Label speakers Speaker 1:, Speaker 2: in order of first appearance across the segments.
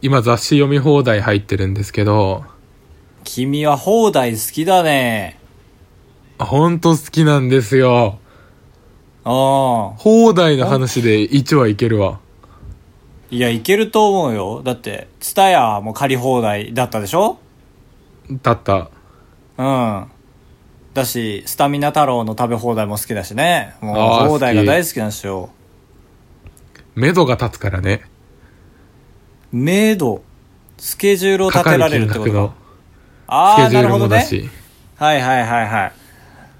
Speaker 1: 今雑誌読み放題入ってるんですけど、
Speaker 2: 君は放題好きだね。
Speaker 1: ほんと好きなんですよ。
Speaker 2: うん。
Speaker 1: 放題の話で1話いけるわ。
Speaker 2: いや、いけると思うよ。だって、ツタヤも借り放題だったでしょ
Speaker 1: たった。
Speaker 2: うん。だし、スタミナ太郎の食べ放題も好きだしね。もう
Speaker 1: あー
Speaker 2: 放題が大好きなんですよ。
Speaker 1: 目処が立つからね。
Speaker 2: メイド、スケジュールを
Speaker 1: か
Speaker 2: 立
Speaker 1: か
Speaker 2: てら
Speaker 1: る
Speaker 2: れる
Speaker 1: 金
Speaker 2: ってこ
Speaker 1: 額の。ス
Speaker 2: とかあ
Speaker 1: ケ
Speaker 2: あ、
Speaker 1: ジ
Speaker 2: な
Speaker 1: ュー
Speaker 2: る
Speaker 1: ル
Speaker 2: ほど
Speaker 1: もだ
Speaker 2: ね。
Speaker 1: し。
Speaker 2: はいはいはいはい。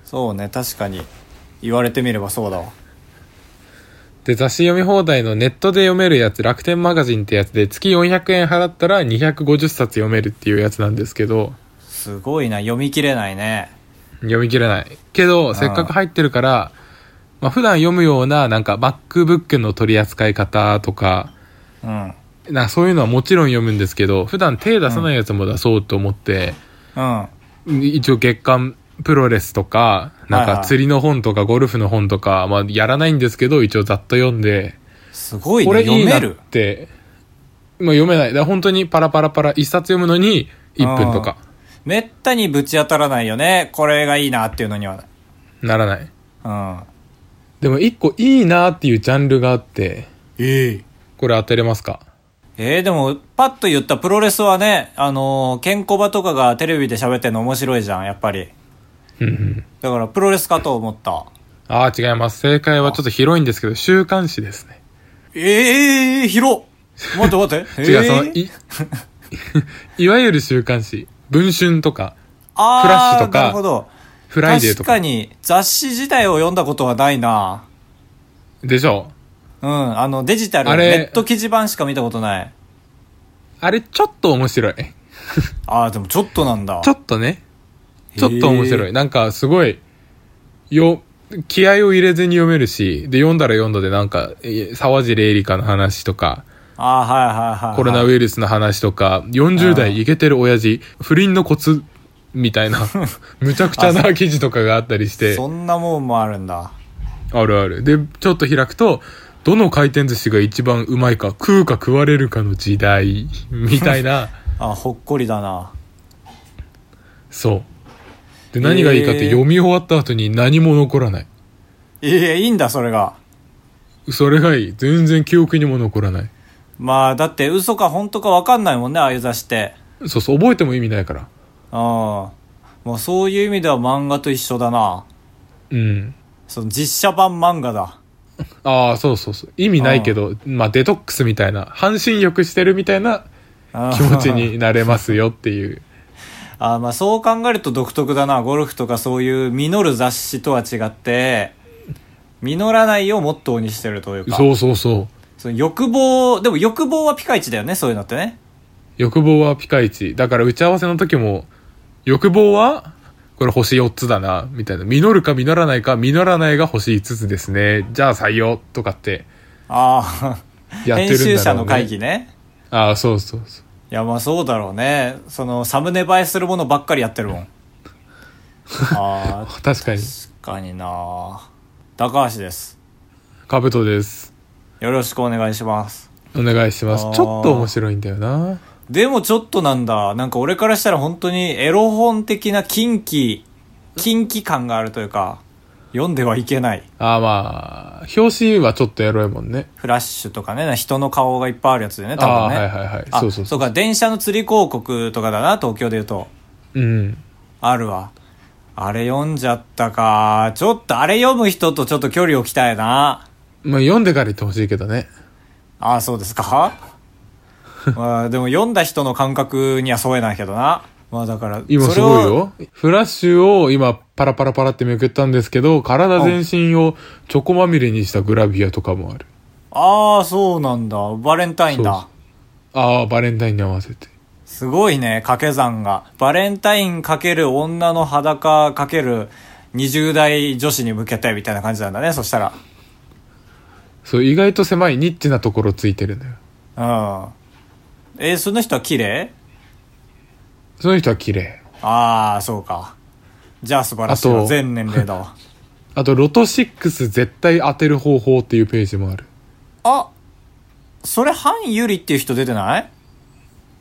Speaker 2: そうね、確かに。言われてみればそうだわ。
Speaker 1: で、雑誌読み放題のネットで読めるやつ、楽天マガジンってやつで、月400円払ったら250冊読めるっていうやつなんですけど、
Speaker 2: すごいな、読み切れないね。
Speaker 1: 読み切れない。けど、せっかく入ってるから、まあ普段読むような、なんか MacBook の取り扱い方とか、
Speaker 2: うん。
Speaker 1: なそういうのはもちろん読むんですけど、普段手出さないやつも出そうと思って、
Speaker 2: うん。
Speaker 1: 一応月刊プロレスとか、なん
Speaker 2: はい
Speaker 1: か
Speaker 2: はい
Speaker 1: 釣りの本とかゴルフの本とか、まあやらないんですけど、一応ざっと読んで、
Speaker 2: すごい
Speaker 1: こ
Speaker 2: ね、
Speaker 1: れい
Speaker 2: 読
Speaker 1: いな
Speaker 2: め
Speaker 1: っ
Speaker 2: る。
Speaker 1: て、まあ読めない。だから本当にパラパラパラ、一冊読むのに1分とか、
Speaker 2: めったにぶち当たらないよね。これがいいなっていうのには。
Speaker 1: ならない。
Speaker 2: うん。
Speaker 1: でも一個いいなっていうジャンルがあって、
Speaker 2: ええ。
Speaker 1: これ当てれますか
Speaker 2: えー、でも、パッと言ったプロレスはね、あのーケンコバとかがテレビで喋ってるの面白いじゃん、やっぱり。
Speaker 1: うんうん。
Speaker 2: だから、プロレスかと思った。
Speaker 1: ああ、違います。正解はちょっと広いんですけど、週刊誌ですね。
Speaker 2: ええー、広っ待って待 って。
Speaker 1: 違う、
Speaker 2: え
Speaker 1: その、
Speaker 2: ー
Speaker 1: い、い わゆる週刊誌、文春とか、
Speaker 2: あー
Speaker 1: フラッシュとか
Speaker 2: なるほど。
Speaker 1: フライデーと
Speaker 2: 確
Speaker 1: か
Speaker 2: か。に、雑誌自体を読んだことはないな。
Speaker 1: でしょ
Speaker 2: うん、あの、デジタル、
Speaker 1: あれ
Speaker 2: ネット記事版しか見たことない。
Speaker 1: あれ、ちょっと面白い。
Speaker 2: ああ、でもちょっとなんだ。
Speaker 1: ちょっとね。ちょっと面白
Speaker 2: へ
Speaker 1: い。なんか、すごい、よ、気合を入れずに読めるし、で、読んだら読んだで、なんか、え沢尻エリカの話とか、
Speaker 2: ああ、はいはいはいはい。
Speaker 1: コロナウイルスの話とか、40代イケてる親父、不倫のコツ、みたい な、むちゃくちゃな記事とかがあったりして。
Speaker 2: そんなもんもあるんだ。
Speaker 1: あるある。で、ちょっと開くと、どの回転寿司が一番うまいか、食うか食われるかの時代、みたい な、
Speaker 2: あ、ほっこりだな。
Speaker 1: そう。で、何がいいかっ
Speaker 2: へ
Speaker 1: て
Speaker 2: ー
Speaker 1: 読み終わった後に何も残らない。
Speaker 2: いやいいんだ、それが。
Speaker 1: それがいい。全然記憶にも残らない。
Speaker 2: まあ、だって嘘か本当か分かんないもんね、ああいう雑誌って。
Speaker 1: そうそう、覚えても意味ないから。
Speaker 2: うん。もうそういう意味では漫画と一緒だな。
Speaker 1: うん。
Speaker 2: その実写版漫画だ。
Speaker 1: ああ、そうそうそう。意味ないけど、まあ、デトックスみたいな、半身浴してるみたいな
Speaker 2: うん
Speaker 1: 気持ち。になれますよっていう。
Speaker 2: あーまあそう考えると独特だな。ゴルフとかそういう実る雑誌とは違って、実らないをモットーにしてるというか。
Speaker 1: そうそうそう。
Speaker 2: その欲望、でも欲望はピカイチだよね、そういうのってね。
Speaker 1: 欲望はピカイチ。だから打ち合わせの時も、欲望はこれ星4つだな、みたいな。実るか実らないか、実らないが星5つですね。じゃあ採用とかって
Speaker 2: ああ、
Speaker 1: やってるんだろう、ね。
Speaker 2: 編集者の会議ね。
Speaker 1: ああ、そうそうそう。
Speaker 2: いやまあそうだろうねそのサムネ映えするものばっかりやってるもん あー
Speaker 1: 確かに。
Speaker 2: 確かにな高橋です
Speaker 1: カブトです。
Speaker 2: よろしくお願いします
Speaker 1: お願いします
Speaker 2: あ。ー
Speaker 1: ちょっと面白いんだよな。
Speaker 2: でもちょっとなんだなんか俺からしたら本当にエロ本的な近畿近畿感があるというか読んではいけない
Speaker 1: ああまあ、表紙はちょっとエロいもんね。
Speaker 2: フラッシュとかね人の顔がいっぱいあるやつでね多
Speaker 1: ああ、
Speaker 2: 分ね
Speaker 1: はいはいはい。
Speaker 2: あ
Speaker 1: そうそうそ
Speaker 2: か電車の釣り広告とかだな東京で言うと
Speaker 1: う。うん。
Speaker 2: あるわ。あれ読んじゃったか。ちょっとあれ読む人とちょっと距離置きたいな。
Speaker 1: まあ読んでから言ってほしいけどね。
Speaker 2: ああ、そうです かまあでも読んだ人の感覚には添えないけどな。まあだから、
Speaker 1: 今
Speaker 2: そ
Speaker 1: す
Speaker 2: れ
Speaker 1: ごい
Speaker 2: を。
Speaker 1: よ。フラッシュを今パラパラパラってめくったんですけど、体全身をチョコまみれにしたグラビアとかもある。
Speaker 2: ああ、そうなんだ。バレンタイン
Speaker 1: そう
Speaker 2: だ
Speaker 1: そ。ああ、バレンタインに合わせて。
Speaker 2: すごいね、掛け算が。バレンタインかける女の裸かける20代女子に向けてみたいな感じなんだね、そしたら。
Speaker 1: そう、意外と狭いニッチなところついてるんだよ。
Speaker 2: うん。えーその人は綺麗
Speaker 1: その人は綺麗。
Speaker 2: ああ、そうか。じゃあ素晴らしい
Speaker 1: あ
Speaker 2: わ。
Speaker 1: と
Speaker 2: 全年齢 だわ。
Speaker 1: あと、ロト6絶対当てる方法っていうページもある。
Speaker 2: あそれ、ハンユリっていう人出てない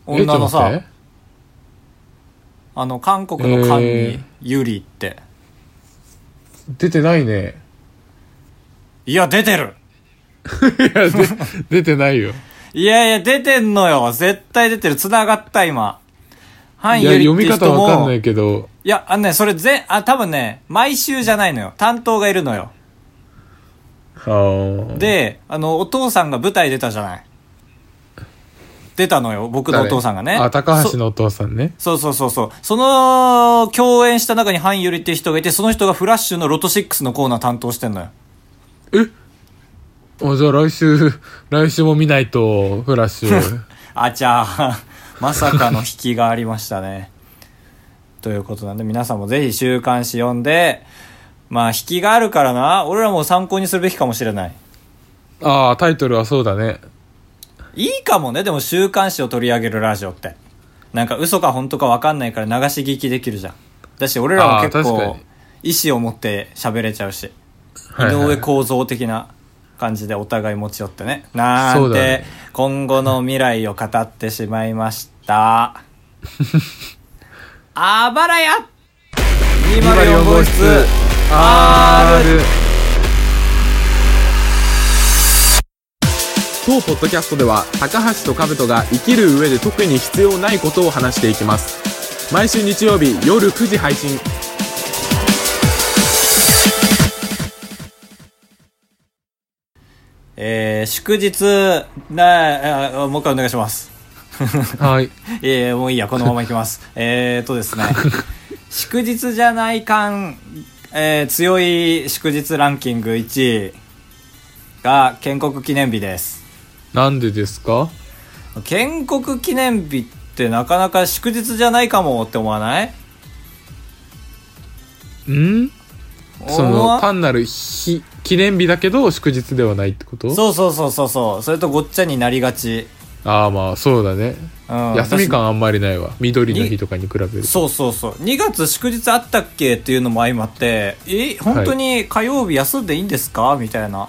Speaker 1: え
Speaker 2: 女の
Speaker 1: ちょっと待
Speaker 2: さ
Speaker 1: って
Speaker 2: あの韓国の韓
Speaker 1: え
Speaker 2: に
Speaker 1: ー
Speaker 2: ユリって、
Speaker 1: 出てない ね。
Speaker 2: いや出てる
Speaker 1: いや、で出てないよ。
Speaker 2: いやいや出てんのよ絶対出てる繋がった今ハン
Speaker 1: いや、
Speaker 2: ユリ
Speaker 1: 読
Speaker 2: って
Speaker 1: み方
Speaker 2: いう人
Speaker 1: わかん
Speaker 2: も
Speaker 1: ないいけど、
Speaker 2: やあのねそれぜあ多分ね毎週じゃないのよ担当がいるのよ
Speaker 1: あー、
Speaker 2: であのお父さんが舞台出たじゃない出たのよ僕のお
Speaker 1: 誰
Speaker 2: 父さんがね
Speaker 1: あ、高
Speaker 2: そ
Speaker 1: 橋のお父さんね。
Speaker 2: そうそうそうそう。その、共演した中にハンユリっていう人がいて、その人がフラッシュのロト6のコーナー担当してんのよ。
Speaker 1: あ、じゃあ来週、来週も見ないと、フラッシ ュ。
Speaker 2: あちゃー。 まさかの引きがありましたね。ということなんで、皆さんもぜひ週刊誌読んで、まあ、引きがあるからな、俺らも参考にするべきかもしれない。
Speaker 1: ああ、タイトルはそうだね。
Speaker 2: いいかもね、でも週刊誌を取り上げるラジオって。なんか嘘か本当か分かんないから流し聞きできるじゃん。だし、俺らは結
Speaker 1: あー確か
Speaker 2: 構
Speaker 1: に、
Speaker 2: 意思を持って喋れちゃうし。
Speaker 1: はいはい
Speaker 2: 井上構造的な感じでお互い持ち寄ってね。な
Speaker 1: そ
Speaker 2: ん
Speaker 1: う
Speaker 2: て、
Speaker 1: だね
Speaker 2: 今後の未来を語ってしまい ました。あばらや !204 号室
Speaker 1: R
Speaker 3: 当ポッドキャストでは高橋と兜が生きる上で特に必要ないことを話していきます毎週日曜日夜9時配信
Speaker 2: えー、祝日、な、あもう一回お願いします。
Speaker 1: はい。
Speaker 2: えー、もういいや、このままい きます。えーとですね、祝日じゃない感、えー強い祝日ランキング1位が建国記念日です。
Speaker 1: なんでですか
Speaker 2: 建国記念日ってなかなか祝日じゃないかもって思わない
Speaker 1: んそ
Speaker 2: 思
Speaker 1: の、
Speaker 2: わ
Speaker 1: 単なる日、記念日だけど、祝日ではないってこと
Speaker 2: そうそうそうそうそうそれとごっちゃになりがち、
Speaker 1: ああ、まあ、そうだね。
Speaker 2: うん、
Speaker 1: 休み
Speaker 2: だ
Speaker 1: 感あんまりないわ。緑の日とかに比べると
Speaker 2: し。そうそうそう2月祝日あったっけっていうのも相まってえ本当に火曜日休んでいいんですかみたいな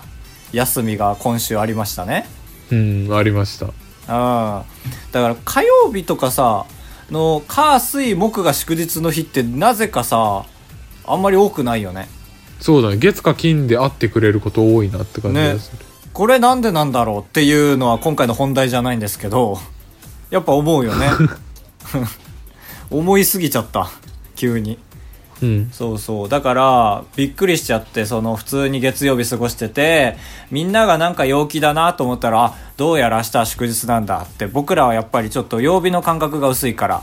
Speaker 2: 休みが今週ありましたね
Speaker 1: うん、ありました。
Speaker 2: うんだから火曜日とかさの火水木が祝日の日ってなぜかさあんまり多くないよね
Speaker 1: そうだね。月か金で会ってくれること多いなって感じがする。
Speaker 2: これなんでなんだろうっていうのは今回の本題じゃないんですけど、やっぱ思うよね。 思いすぎちゃった。急に。
Speaker 1: うん。
Speaker 2: そうそう。だから、びっくりしちゃって、その、普通に月曜日過ごしてて、みんながなんか陽気だなと思ったら、あどうやら明日は祝日なんだって、僕らはやっぱりちょっと曜日の感覚が薄いから、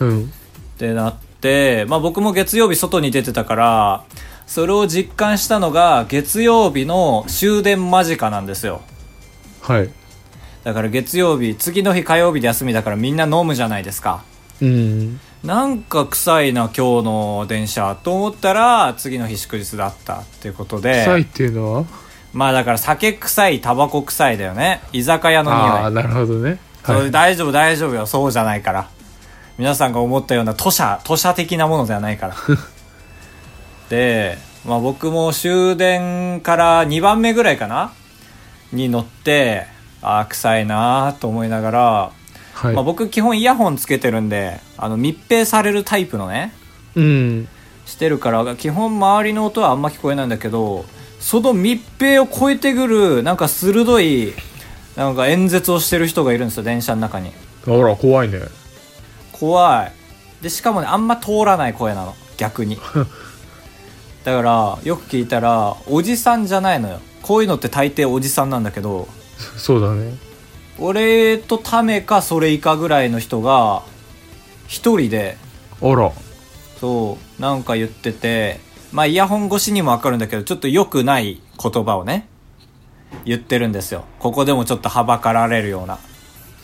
Speaker 1: うん。
Speaker 2: ってなって、まあ僕も月曜日外に出てたから、それを実感したのが、月曜日の終電間近なんですよ。
Speaker 1: はい。
Speaker 2: だから月曜日次の日火曜日で休みだからみんな飲むじゃないですか
Speaker 1: うん。
Speaker 2: なんか臭いな今日の電車と思ったら次の日祝日だったっていうこと
Speaker 1: 臭いっ
Speaker 2: で
Speaker 1: ていうのは
Speaker 2: まあだから酒臭いタバコ臭いだよね居酒屋の
Speaker 1: ああ、
Speaker 2: 匂い
Speaker 1: なるほどね。
Speaker 2: そ
Speaker 1: は
Speaker 2: う
Speaker 1: い。
Speaker 2: 大丈夫大丈夫よそうじゃないから皆さんが思ったような土砂土砂的なものではな いからで、まあ、僕も終電から2番目ぐらいかなに乗ってああ臭いなあと思いながら
Speaker 1: はい
Speaker 2: まあ、僕基本イヤホンつけてるんであの密閉されるタイプのね
Speaker 1: うん。
Speaker 2: してるから基本周りの音はあんま聞こえないんだけどその密閉を超えてくるなんか鋭いなんか演説をしてる人がいるんですよ電車の中に
Speaker 1: ほら、怖いね。
Speaker 2: 怖いでしかもねあんま通らない声なの逆 にだからよく聞いたらおじさんじゃないのよこういうのって大抵おじさんなんだけど
Speaker 1: そそうだね。
Speaker 2: 俺とタメかそれ以下ぐらいの人が一人で
Speaker 1: あら。
Speaker 2: そうなんか言っててまあイヤホン越しにもわかるんだけどちょっと良くない言葉をね言ってるんですよここでもちょっとはばかられるような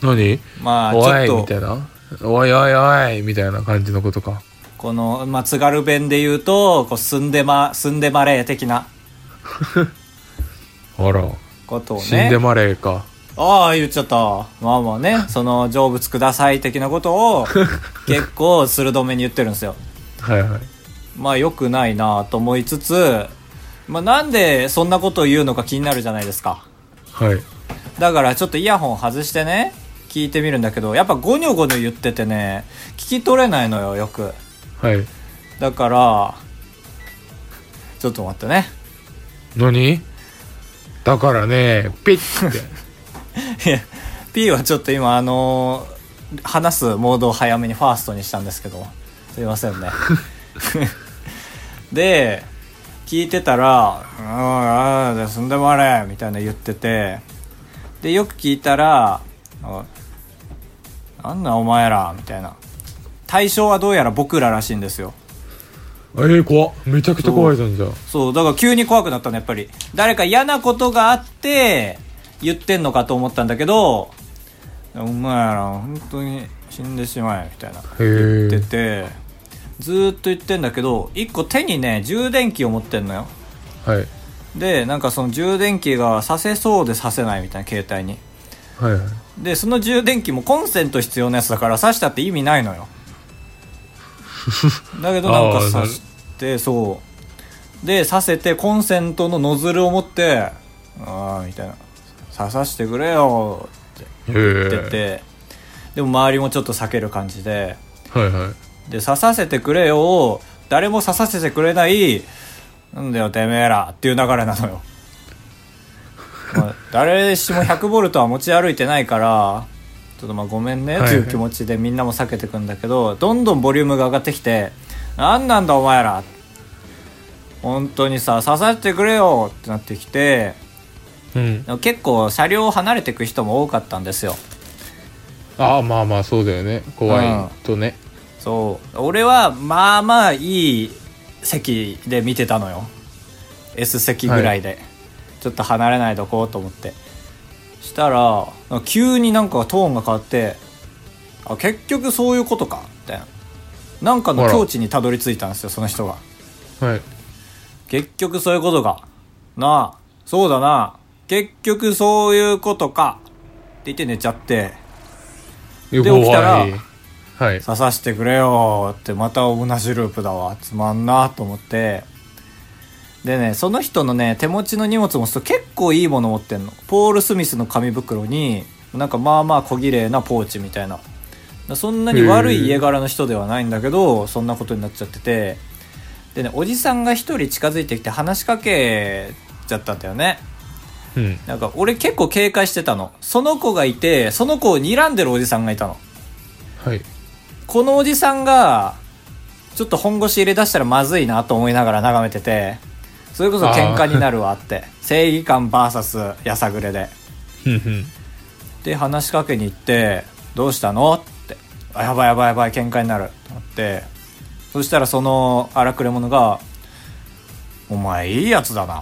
Speaker 1: 何
Speaker 2: まあ
Speaker 1: おい
Speaker 2: ちょ
Speaker 1: み
Speaker 2: ったと
Speaker 1: いな。おいおいおいみたいな感じのことか。
Speaker 2: この、まあ、津軽弁で言うとこうすんでますんでまれ的な
Speaker 1: あら。
Speaker 2: ことを
Speaker 1: 死んで
Speaker 2: ね
Speaker 1: まれか。
Speaker 2: ああ言っちゃったまあまあね その成仏ください的なことを結構鋭めに言ってるんですよ
Speaker 1: はいはい。
Speaker 2: まあ良くないなと思いつつ、まあ、なんでそんなことを言うのか気になるじゃないですか
Speaker 1: はい。
Speaker 2: だからちょっとイヤホン外してね、聞聞いてみるんだけどやっぱゴニョゴニョ言っててね聞き取れないのよよく
Speaker 1: はい。
Speaker 2: だからちょっと待ってね
Speaker 1: 何だからね、ピッ って。
Speaker 2: いや P はちょっと今あのー話すモードを早めにファーストにしたんですけどすいませんねで聞いてたら「うんああですんでもあれ」みたいな言っててでよく聞いたら「おいなんなんお前ら」みたいな対象はどうやら僕ららしいんですよ
Speaker 1: えー、怖っめちゃくちゃ怖いじゃん、じゃあ。
Speaker 2: そう、だから急に怖くなったの、やっぱり。誰か嫌なことがあって、言ってんのかと思ったんだけど、お前ら、本当に死んでしまえ、みたいな。
Speaker 1: へえ。
Speaker 2: 言ってて、ずーっと言ってんだけど、一個手にね、充電器を持ってんのよ。
Speaker 1: はい。
Speaker 2: で、なんかその充電器がさせそうでさせないみたいな、携帯に。
Speaker 1: はいはい。
Speaker 2: で、その充電器もコンセント必要なやつだから、挿したって意味ない のよ。だけどなんか
Speaker 1: あーな
Speaker 2: 挿
Speaker 1: る
Speaker 2: して、そう。で、挿せて、コンセントのノズルを持って、ああ、みたいな。刺さしてくれよって
Speaker 1: へ
Speaker 2: 言ってて、
Speaker 1: え。
Speaker 2: でも周りもちょっと避ける感じで、
Speaker 1: はいはい。
Speaker 2: で、刺させてくれよ誰も刺させてくれない、なんだよ、てめえらっていう流れなのよ。まあ誰しも100ボルトは持ち歩いてないから、ちょっとまあごめんねっていう気持ちでみんなも避けてくんだけど、どんどんボリュームが上がってきて、なんなんだお前ら本当にさ、刺さってくれよってなってきて、
Speaker 1: うん。
Speaker 2: 結構車両を離れてく人も多かったんですよ。
Speaker 1: ああ、まあまあ、そうだよね。怖いとね。
Speaker 2: そう俺はまあまあいい席で見てたのよ S 席ぐらいで、ちょっと離れないとこうと思ってしたら急になんかトーンが変わってあ結局そういうことかみたいななんかの境地にたどり着いたんですよその人が
Speaker 1: はい。
Speaker 2: 結局そういうことかなあそうだな結局そういうことかって言って寝ちゃって
Speaker 1: で
Speaker 2: 起きたら
Speaker 1: はい。
Speaker 2: 刺さしてくれよってまた同じループだわつまんなと思ってでねその人のね手持ちの荷物もそう結構いいもの持ってんのポール・スミスの紙袋になんかまあまあ小綺麗なポーチみたいなそんなに悪い家柄の人ではないんだけどそんなことになっちゃっててでねおじさんが一人近づいてきて話しかけちゃったんだよね
Speaker 1: うん。
Speaker 2: なんか俺結構警戒してたのその子がいてその子を睨んでるおじさんがいたの
Speaker 1: はい。
Speaker 2: このおじさんが、ちょっと本腰入れ出したらまずいなと思いながら眺めてて、それこそ喧嘩になるわって。正義感 VS やさぐれで。
Speaker 1: ふんふん。
Speaker 2: で、話しかけに行って、どうしたのって。あ、やばいやばいやばい、喧嘩になる。と思って。そしたらその荒くれ者が、お前いいやつだな、っ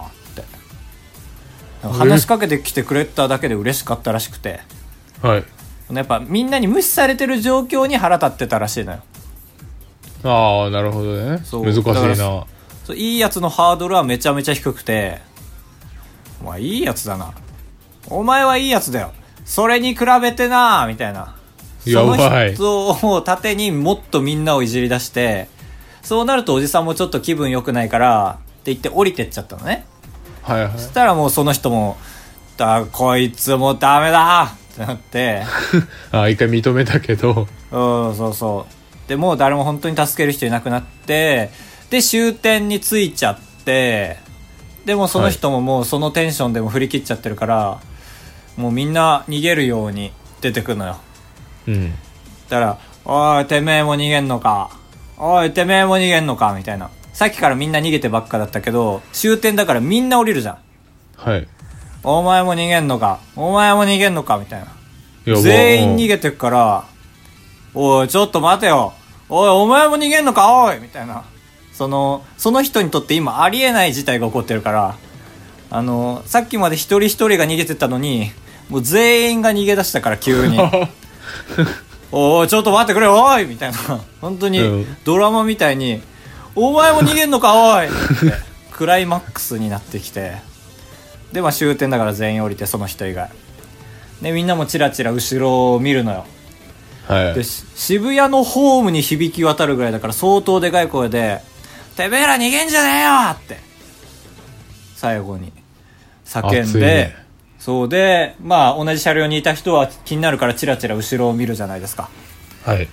Speaker 2: て。話しかけてきてくれただけで嬉しかったらしくて。
Speaker 1: はい。
Speaker 2: やっぱみんなに無視されてる状況に腹立ってたらしいのよ。
Speaker 1: ああ、なるほどね。
Speaker 2: そう
Speaker 1: 難しい
Speaker 2: だか
Speaker 1: な。
Speaker 2: らそういいやつのハードルはめちゃめちゃ低くて、お前いいやつだな。お前はいいやつだよ。それに比べてなみたいな。
Speaker 1: や
Speaker 2: その
Speaker 1: ばい
Speaker 2: 人を盾にもっとみんなをいじり出して、そうなるとおじさんもちょっと気分良くないから、って言って降りてっちゃったのね。
Speaker 1: はいはい。
Speaker 2: そしたらもうその人も、だ、こいつもダメだってなって、
Speaker 1: ああ、一回認めたけど。
Speaker 2: うん、そうそう。で、もう誰も本当に助ける人いなくなって、で、終点に着いちゃって、でもうその人ももうそのテンションでも振り切っちゃってるから、もうみんな逃げるように出てくのよ。
Speaker 1: うん。
Speaker 2: だから、おい、てめえも逃げんのか。おい、てめえも逃げんのか、みたいな。さっきからみんな逃げてばっかだったけど、終点だからみんな降りるじゃん。
Speaker 1: はい。
Speaker 2: お前も逃げんのか。お前も逃げんのか、みたいな。
Speaker 1: やば
Speaker 2: 全員逃げてくから、おい、ちょっと待てよ。おい、お前も逃げんのか、おいみたいな。その、その人にとって今ありえない事態が起こってるから、あの、さっきまで一人一人が逃げてたのに、もう全員が逃げ出したから急 に。おいおい、ちょっと待ってくれ、おいみたいな。本当
Speaker 1: う
Speaker 2: に
Speaker 1: ん、
Speaker 2: ドラマみたいに、お前も逃げんのか、おいってクライマックスになってきて。で、まあ終点だから全員降りて、その人以外。で、みんなもチラチラ後ろを見るのよ。
Speaker 1: は
Speaker 2: で、
Speaker 1: い。
Speaker 2: し渋谷のホームに響き渡るぐらいだから相当でかい声で、てめえら逃げんじゃねえよって、最後に叫ん
Speaker 1: 熱
Speaker 2: で、
Speaker 1: いね
Speaker 2: そうで、まあ同じ車両にいた人は気になるからチラチラ後ろを見るじゃないですか。
Speaker 1: はい。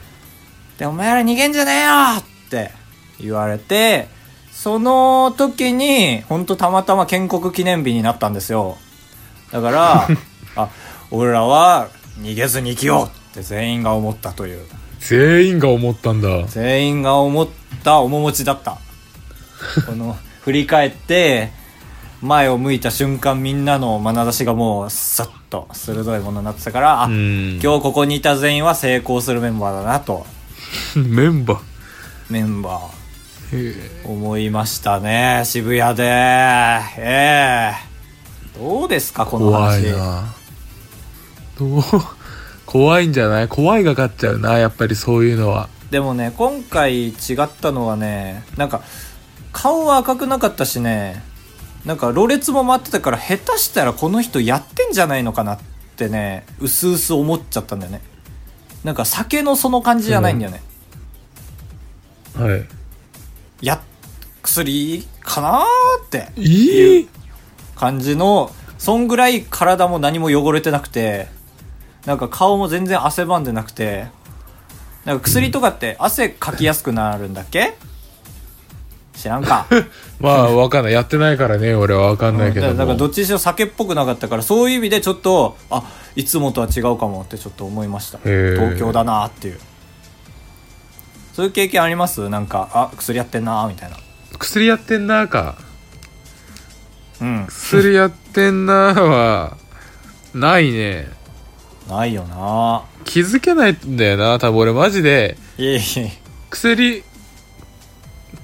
Speaker 2: で、お前ら逃げんじゃねえよって言われて、その時に、ほんとたまたま建国記念日になったんですよ。だ から、あ、俺らは逃げずに生きようって全員が思ったという。
Speaker 1: 全員が思ったんだ。
Speaker 2: 全員が思った面持ちだったこの振り返って前を向いた瞬間みんなの眼差しがもうさっと鋭いものになってたからあ
Speaker 1: う
Speaker 2: 今
Speaker 1: ん
Speaker 2: 日。ここにいた全員は成功するメンバーだなと
Speaker 1: メンバ
Speaker 2: メンバー
Speaker 1: ー。
Speaker 2: 思いましたね渋谷でええどうですかこの
Speaker 1: 怖
Speaker 2: 話
Speaker 1: いな。どう 怖いんじゃない怖いが勝っちゃうな、やっぱりそういうのは。
Speaker 2: でもね今回違ったのはねなんか顔は赤くなかったしねなんかろれつも回ってたから下手したらこの人やってんじゃないのかなってねうすうす思っちゃったんだよねなんか酒のその感じじゃないんだよね、
Speaker 1: はい。
Speaker 2: や薬かなーって
Speaker 1: いい
Speaker 2: 感じのそんぐらい体も何も汚れてなくてなんか顔も全然汗ばんでなくてなんか薬とかって汗かきやすくなるんだっけ知らんか
Speaker 1: まあ、わかんない。やってないからね、俺はわかんないけど
Speaker 2: だ
Speaker 1: も。
Speaker 2: からどっちにしろ酒っぽくなかったからそういう意味でちょっとあいつもとは違うかもってちょっと思いました
Speaker 1: ー
Speaker 2: 東京だなーっていうそういう経験ありますなんかあ薬やってんなーみたいな
Speaker 1: 薬やってんなーか。
Speaker 2: うん
Speaker 1: 薬やってんなーは、ないね。
Speaker 2: ないよな
Speaker 1: 気づけないんだよな、多分俺マジで。
Speaker 2: ーいえいえ
Speaker 1: 薬、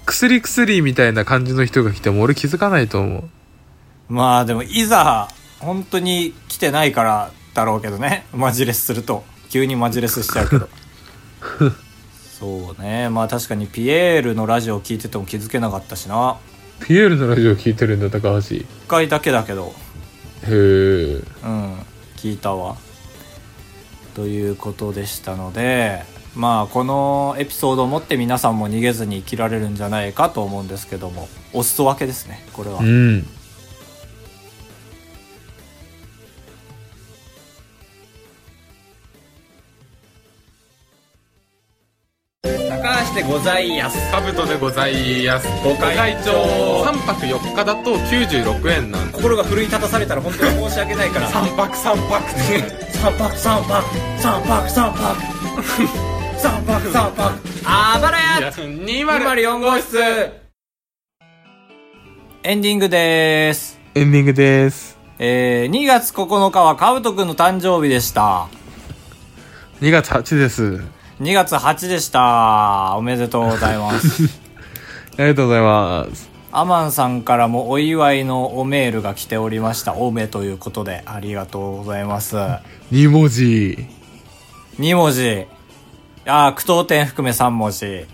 Speaker 1: 薬薬みたいな感じの人が来ても俺気づかないと思う。
Speaker 2: まあでもいざ本当に来てないからだろうけどねマジレスすると急にマジレスしちゃうけどそうねまあ確かにピエールのラジオ聞いてても気づけなかったしな
Speaker 1: ピエールのラジオ聞いてるんだ、高橋。へ
Speaker 2: 1回だけだけど
Speaker 1: え。
Speaker 2: うん聞いたわということでしたのでまあこのエピソードを持って皆さんも逃げずに生きられるんじゃないかと思うんですけどもお裾分けですねこれは
Speaker 1: うん。
Speaker 2: 高橋でございやす
Speaker 3: カブトでございやす。ご
Speaker 2: 会長
Speaker 3: 3泊4日だと96円なんで
Speaker 2: 心が奮い立たされたら本当に申し訳ないから
Speaker 3: 3泊3泊って。
Speaker 2: 三泊三泊三泊三泊三泊三泊あばらや
Speaker 3: 204号室
Speaker 2: エンディングです
Speaker 1: エンディングです。
Speaker 2: えー、2月9日はカブトくんの誕生日でした
Speaker 1: 2月8です。
Speaker 2: 2月8でしたおめでとうございます
Speaker 1: ありがとうございます。
Speaker 2: アマンさんからもお祝いのおメールが来ておりましたおめということでありがとうございます
Speaker 1: 2文字。
Speaker 2: 2文字あー句読点含め3文字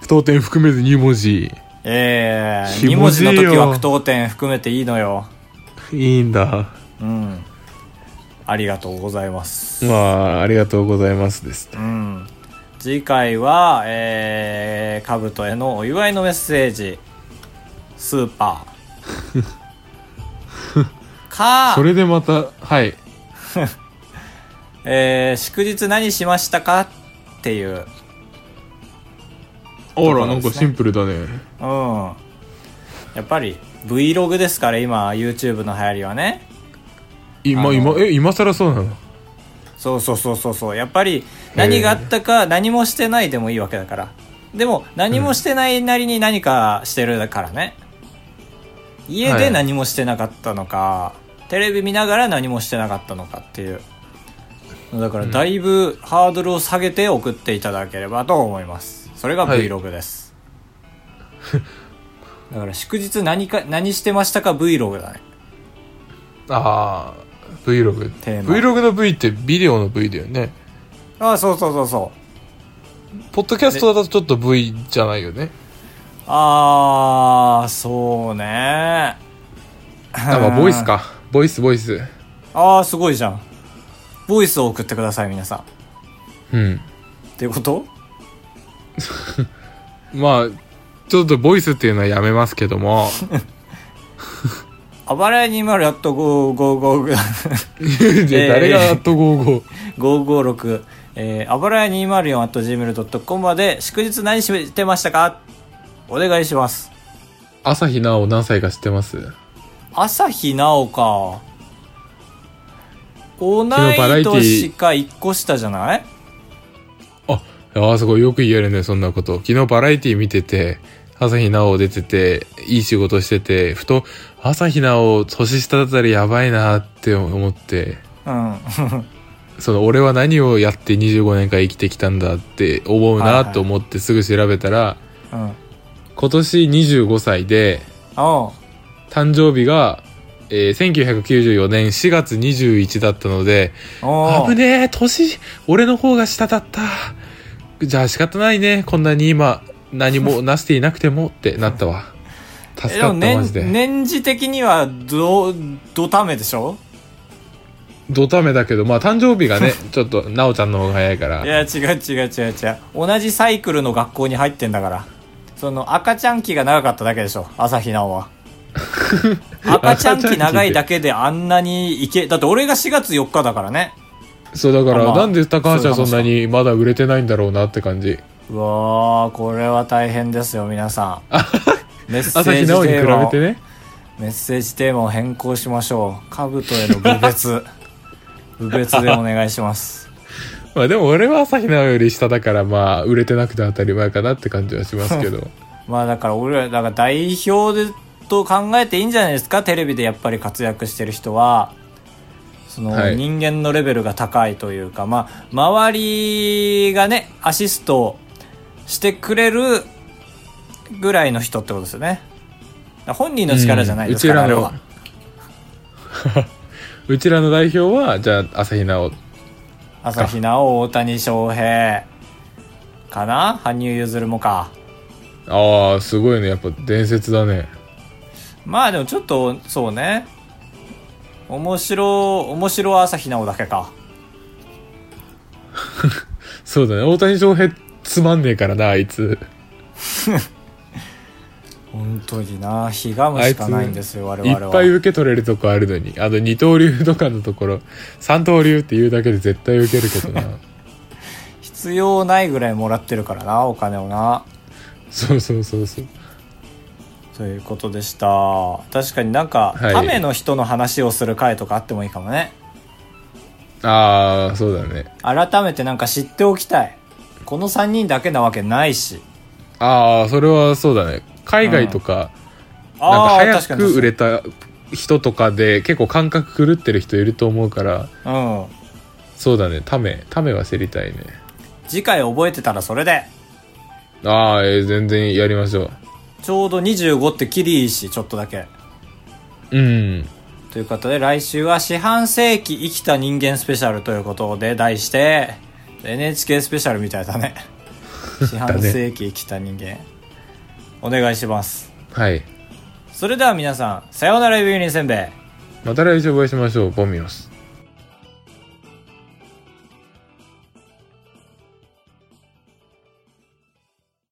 Speaker 1: 不当点含めず2文字。
Speaker 2: えー、
Speaker 1: 気
Speaker 2: 2
Speaker 1: 持
Speaker 2: 文字
Speaker 1: ちいいよ
Speaker 2: の時は句読点含めていいのよ
Speaker 1: いいんだ。
Speaker 2: うんありがとうございます
Speaker 1: まあ、ありがとうございますです。
Speaker 2: うん、次回は、えー、カブトへのお祝いのメッセージスーパ ーか
Speaker 1: それでまた、はい。
Speaker 2: えー祝日何しましたかっていう
Speaker 1: あら、なんかシンプルだね。
Speaker 2: うんやっぱり Vlog ですから今 YouTube の流行りはね
Speaker 1: 今、今、え、今更そうなの
Speaker 2: そうそうそうそうそうやっぱり何があったか何もしてないでもいいわけだからでも何もしてないなりに何かしてるだからね、家
Speaker 1: は
Speaker 2: で
Speaker 1: い
Speaker 2: 何もしてなかったのか、テレビ見ながら何もしてなかったのかっていうだからだいぶハードルを下げて送っていただければと思いますそれが
Speaker 1: はい
Speaker 2: Vlog です、だから祝日何か何してましたか Vlog だね
Speaker 1: ああ、Vlog。
Speaker 2: テーマ
Speaker 1: Vlog の V ってビデオの V だよね。
Speaker 2: ああそうそうそうそう
Speaker 1: ポッドキャストだとちょっと V じゃないよね。
Speaker 2: あー、そうね。
Speaker 1: あ、まあ、ボイスか。ボイス、ボイス。
Speaker 2: あー、すごいじゃん。ボイスを送ってください、皆さん。っ
Speaker 1: うん。
Speaker 2: ていうこと
Speaker 1: まあ、ちょっとボイスっていうのはやめますけども、
Speaker 2: あばらや204と5555
Speaker 1: じゃあ誰がアット55。
Speaker 2: 556え ー、あばらや204 at gmail.com まで祝日何してましたかお願いします
Speaker 1: 朝日奈央何歳か知ってます
Speaker 2: 朝日奈央か同
Speaker 1: 日バラエ
Speaker 2: い
Speaker 1: ティ
Speaker 2: 年か一個下じゃない
Speaker 1: あ、ああ、すごい。よく言えるね、そんなこと。昨日バラエティ見てて、朝日奈央出てて、いい仕事してて、ふと、朝日奈央年下だったらやばいなって思って、
Speaker 2: うん
Speaker 1: その俺は何をやって25年間生きてきたんだって思う
Speaker 2: はいは
Speaker 1: ないと思ってすぐ調べたら、
Speaker 2: うんうん
Speaker 1: 今年25歳で、
Speaker 2: おう
Speaker 1: 誕生日が、えー1994年4月21だったので、
Speaker 2: おう
Speaker 1: 危ねえ、年、俺の方が下だった。じゃあ仕方ないね、こんなに今、何 もなしていなくてもってなったわ。助
Speaker 2: えで
Speaker 1: か
Speaker 2: も
Speaker 1: った、マジ
Speaker 2: 年
Speaker 1: で。
Speaker 2: 年次的にはどどためでしょ
Speaker 1: ドタメだけど、まあ誕生日が ね、ちょっと、なおちゃんの方が早いか
Speaker 2: い
Speaker 1: ら。
Speaker 2: や違う違う違う違う同じサイクルの学校に入ってんだからその赤ちゃん期が長かっただけでしょ朝日奈 央は赤ちゃん期長いだけであんなにいけだって俺が4月4日だからね
Speaker 1: そう、だから、
Speaker 2: まあ
Speaker 1: なんで高橋は
Speaker 2: そうい
Speaker 1: そうん
Speaker 2: 話
Speaker 1: なにまだ売れてないんだろうなって感じ。
Speaker 2: うわーこれは大変ですよ皆さ んメッセ
Speaker 1: 朝
Speaker 2: ー
Speaker 1: 日
Speaker 2: ジ
Speaker 1: 奈央に
Speaker 2: テー
Speaker 1: 比
Speaker 2: マ
Speaker 1: べ
Speaker 2: を
Speaker 1: てね。
Speaker 2: メッセージテーマを変更しましょうカブトへの部 別部別でお願いします
Speaker 1: まあでも俺は朝日奈央より下だから、まあ売れてなくて当たり前かなって感じはしますけ ど。
Speaker 2: まあだから俺らだから代表でと考えていいんじゃないですかテレビでやっぱり活躍してる人はその
Speaker 1: はい
Speaker 2: 人間のレベルが高いというか、まあ周りがねアシストしてくれるぐらいの人ってことですよねだから本人の力じゃないですから、
Speaker 1: うんうちらの
Speaker 2: あれは
Speaker 1: うちらの代表は、じゃあ朝日奈央。
Speaker 2: 朝比奈央大谷翔平かな羽生結弦もか
Speaker 1: ああ、すごいね。やっぱ伝説だね。
Speaker 2: まあでもちょっとそうね面白面白朝比奈央だけか
Speaker 1: そうだね。大谷翔平つまんねえからな、あいつ。
Speaker 2: 本当になひがむしかないんですよ我
Speaker 1: い
Speaker 2: 々
Speaker 1: っぱい
Speaker 2: は
Speaker 1: 受け取れるとこあるのに。あの、二刀流とかのところ、三刀流って言うだけで絶対受けるけ どな。
Speaker 2: 必要ないぐらいもらってるからなお金をな
Speaker 1: そうそうそうそう。
Speaker 2: ということでした確かになんか、
Speaker 1: はい
Speaker 2: ための人の話をする回とかあってもいいかもね
Speaker 1: ああ、そうだね。
Speaker 2: 改めてなんか知っておきたいこの3人だけなわけないし
Speaker 1: ああ、それはそうだね。海外とか、なんか
Speaker 2: ああー確か
Speaker 1: 早
Speaker 2: に
Speaker 1: く売れ
Speaker 2: 確
Speaker 1: た人とかで結構感覚狂ってる人いると思うから、
Speaker 2: かにうん
Speaker 1: そうだね。ため、ためは知りたいね。
Speaker 2: 次回覚えてたらそれで
Speaker 1: ああ、えー全然やりましょ
Speaker 2: ちょうど25ってキリいいしちょっとだけ
Speaker 1: う。うん。
Speaker 2: ということで来週は四半世紀生きた人間スペシャルということで題して NHK スペシャルみたいだね四半世紀生きた人間お願いします
Speaker 1: はい。
Speaker 2: それでは皆さんさようなら指にせんべい
Speaker 1: また来週お会いしましょう。ボミオス。